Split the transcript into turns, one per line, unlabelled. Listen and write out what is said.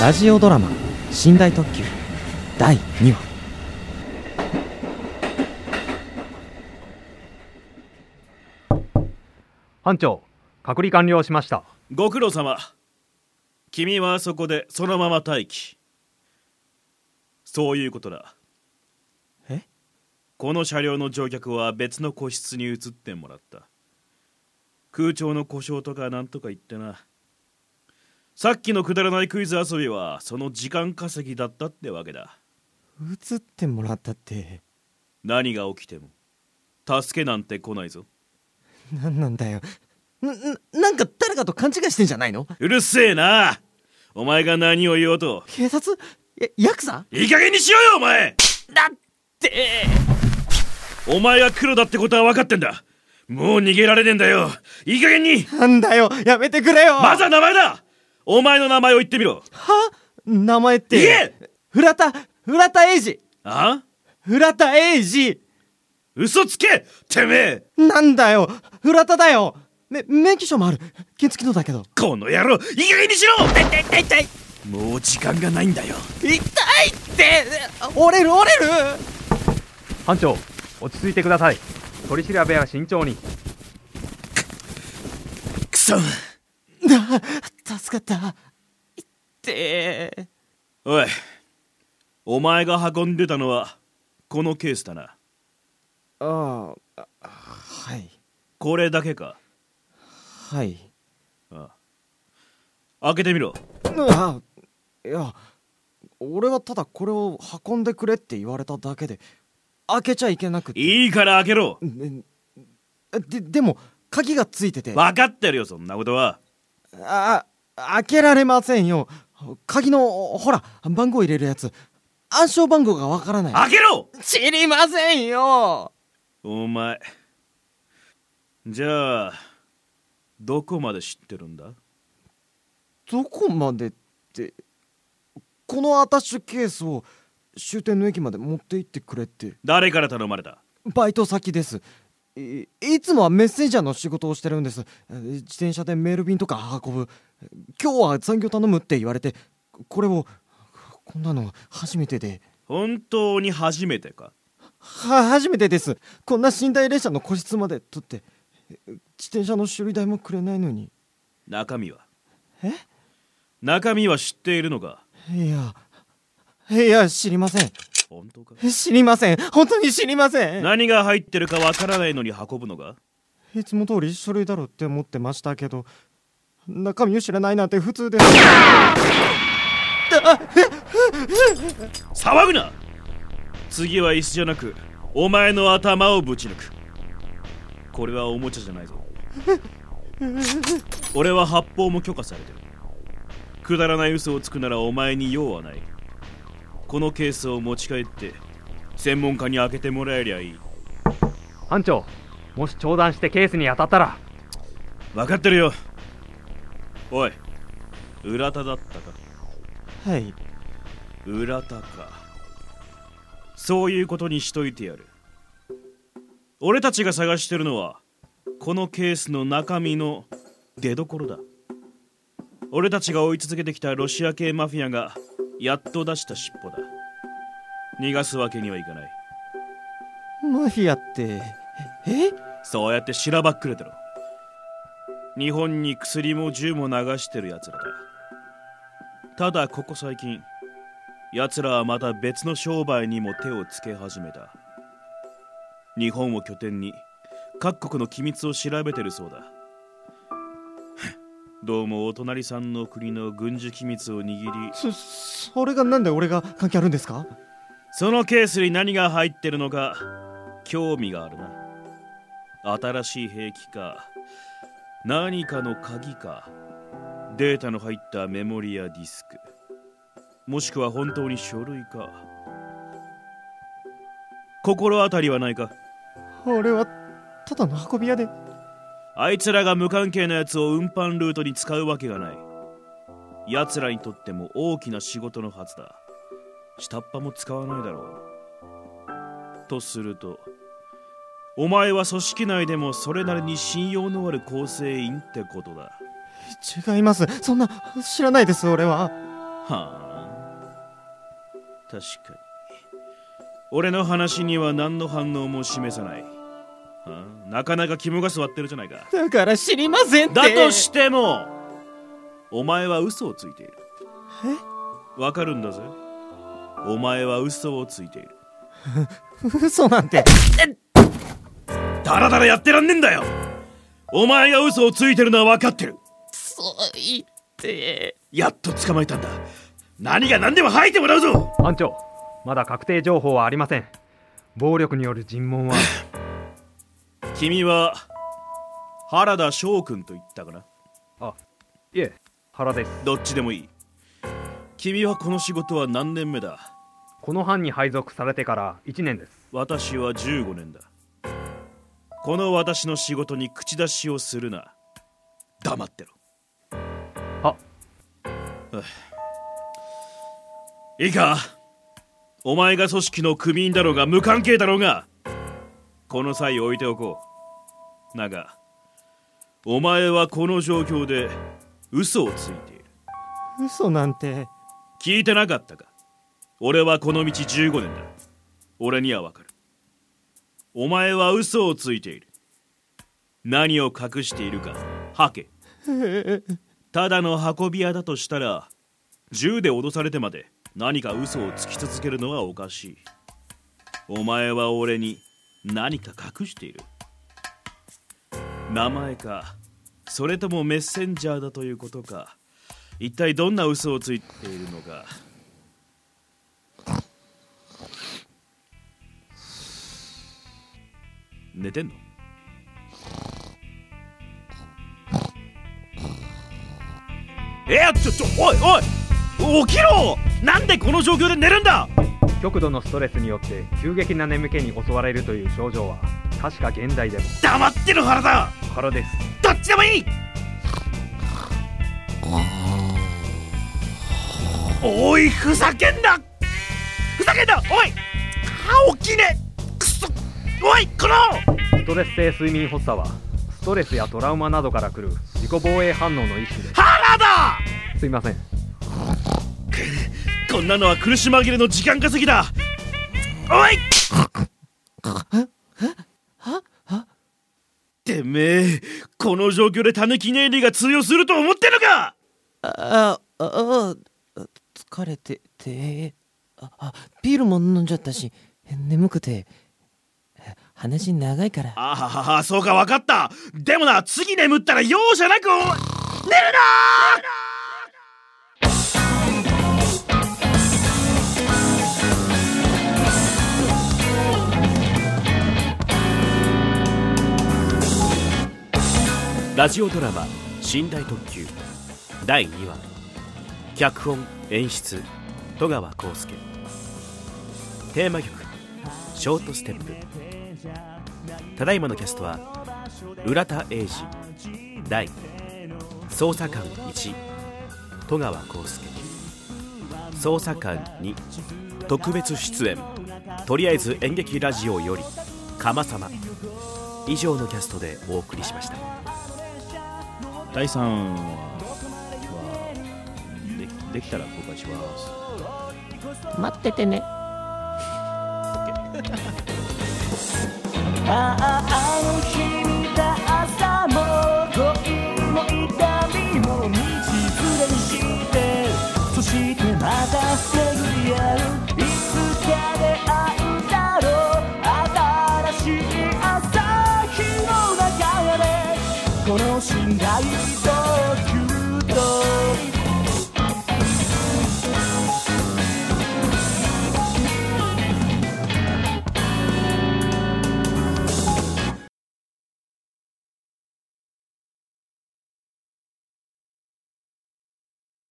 ラジオドラマ「寝台特急」第2話
班長隔離完了しました
ご苦労様君はあそこでそのまま待機そういうことだ
え
この車両の乗客は別の個室に移ってもらった空調の故障とかなんとか言ってなさっきのくだらないクイズ遊びはその時間稼ぎだったってわけだ
映ってもらったって
何が起きても助けなんて来ないぞ
何なんだよなななんか誰かと勘違いしてんじゃないの
うるせえなお前が何を言おうと
警察えヤクザ
いい加減にしろよお前
だって
お前が黒だってことは分かってんだもう逃げられねえんだよいい加減に
なんだよやめてくれよ
まずは名前だお前の名前を言ってみろ
は名前って
言え
浦田浦田英二
あ
浦田英二
嘘つけてめえ
なんだよ浦田だよめ免許証もある原付のだけど
この野郎いい加減にしろ
痛い痛い痛い痛い
もう時間がないんだよ
痛いって折れる折れる
班長落ち着いてください取り調べは慎重に
くそ
あ 助かった。いって
おいお前が運んでたのはこのケースだな
ああ、はい、
これだけか
はい。
開けてみろ
あいや、俺はただこれを運んでくれって言われただけで、開けちゃいけなくて。
いいから開けろ
ねで、でも、鍵がついてて。あ
分かってるよそんなことは
あ、開けられませんよ。鍵の、ほら、番号入れるやつ。暗証番号がわからない。
開けろ
知りませんよ
お前じゃあどこまで知ってるんだ
どこまでってこのアタッシュケースを終点の駅まで持って行ってくれって
誰から頼まれた
バイト先ですいいつもはメッセンジャーの仕事をしてるんですえ自転車でメール便とか運ぶ今日は残業頼むって言われてこれをこんなの初めてで
本当に初めてか
は初めてですこんな寝台列車の個室まで取ってえ自転車の修理代もくれないのに
中身は
え
中身は知っているのか
いやいや知りません
本当か
知りません本当に知りません
何が入ってるかわからないのに運ぶのか
いつも通り書類だろって思ってましたけど中身を知らないなんて普通です
騒ぐな次は椅子じゃなくお前の頭をぶち抜くこれはおもちゃじゃないぞ俺は発砲も許可されてるくだらない嘘をつくならお前に用はないこのケースを持ち帰って専門家に開けてもらえりゃいい
班長もし長弾してケースに当たったら
分かってるよおい浦田だったか
はい
浦田かそういうことにしといてやる俺たちが探してるのはこのケースの中身の出どころだ俺たちが追い続けてきたロシア系マフィアがやっと出した尻尾だ逃がすわけにはいかない
マフィアってえ
そうやってしらばっくれてろ日本に薬も銃も流してるやつらだただここ最近やつらはまた別の商売にも手をつけ始めた日本を拠点に各国の機密を調べてるそうだ どうもお隣さんの国の軍事機密を握り
そそれがなんで俺が関係あるんですか
そのケースに何が入ってるのか興味があるな新しい兵器か何かの鍵かデータの入ったメモリやディスクもしくは本当に書類か心当たりはないか
俺はただの運び屋で
あいつらが無関係なやつを運搬ルートに使うわけがないやつらにとっても大きな仕事のはずだ下っ端も使わないだろうとするとお前は組織内でもそれなりに信用のある構成員ってことだ
違いますそんな知らないです俺は
はあ確かに俺の話には何の反応も示さない、はあなかなか肝が据わってるじゃないか
だから知りませんって
だとしてもお前は嘘をついているえわかるんだぜお前は嘘をついている
嘘なんて
ダラダラやってらんねえんだよお前が嘘をついてるのは分かってる
そう言って
やっと捕まえたんだ何が何でも吐いてもらうぞ
班長まだ確定情報はありません暴力による尋問は
君は原田翔君と言ったかない
え原です
どっちでもいい君はこの仕事は何年目だ
この班に配属されてから1年です
私は15年だこの私の仕事に口出しをするな黙ってろ
は
はあいいかお前が組織の組員だろうが無関係だろうがこの際置いておこうだがお前はこの状況で嘘をついている
嘘なんて
聞いてなかったか俺はこの道15年だ俺にはわかるお前は嘘をついている何を隠しているか吐けただの運び屋だとしたら銃で脅されてまで何か嘘をつき続けるのはおかしいお前は俺に何か隠している名前かそれともメッセンジャーだということか一体どんな嘘をついているのか寝てんのえやちょちょおいおい起きろなんでこの状況で寝るんだ
極度のストレスによって急激な眠気に襲われるという症状は確か現代でも
黙ってろ原田
原です
どっちでもいいおいふざけんなふざけんなおい歯起きねくそおいこの
ストレス性睡眠発作はストレスやトラウマなどから来る自己防衛反応の一種で
原田
すいません
こんなのは苦し紛れの時間稼ぎだおいてめえこの状況でタヌキネイリが通用すると思ってるのか
あああ疲れててああビールも飲んじゃったし眠くて話長いから
ああそうか分かったでもな次眠ったら容赦なくお寝るな
ラジオドラマ「寝台特急」第2話脚本演出戸川浩介テーマ曲「ショートステップ」ただいまのキャストは浦田英二大捜査官1戸川浩介捜査官2特別出演とりあえず演劇ラジオより「かまさま」以上のキャストでお送りしました
第3話はでできたら公開します
待っててね
あああの日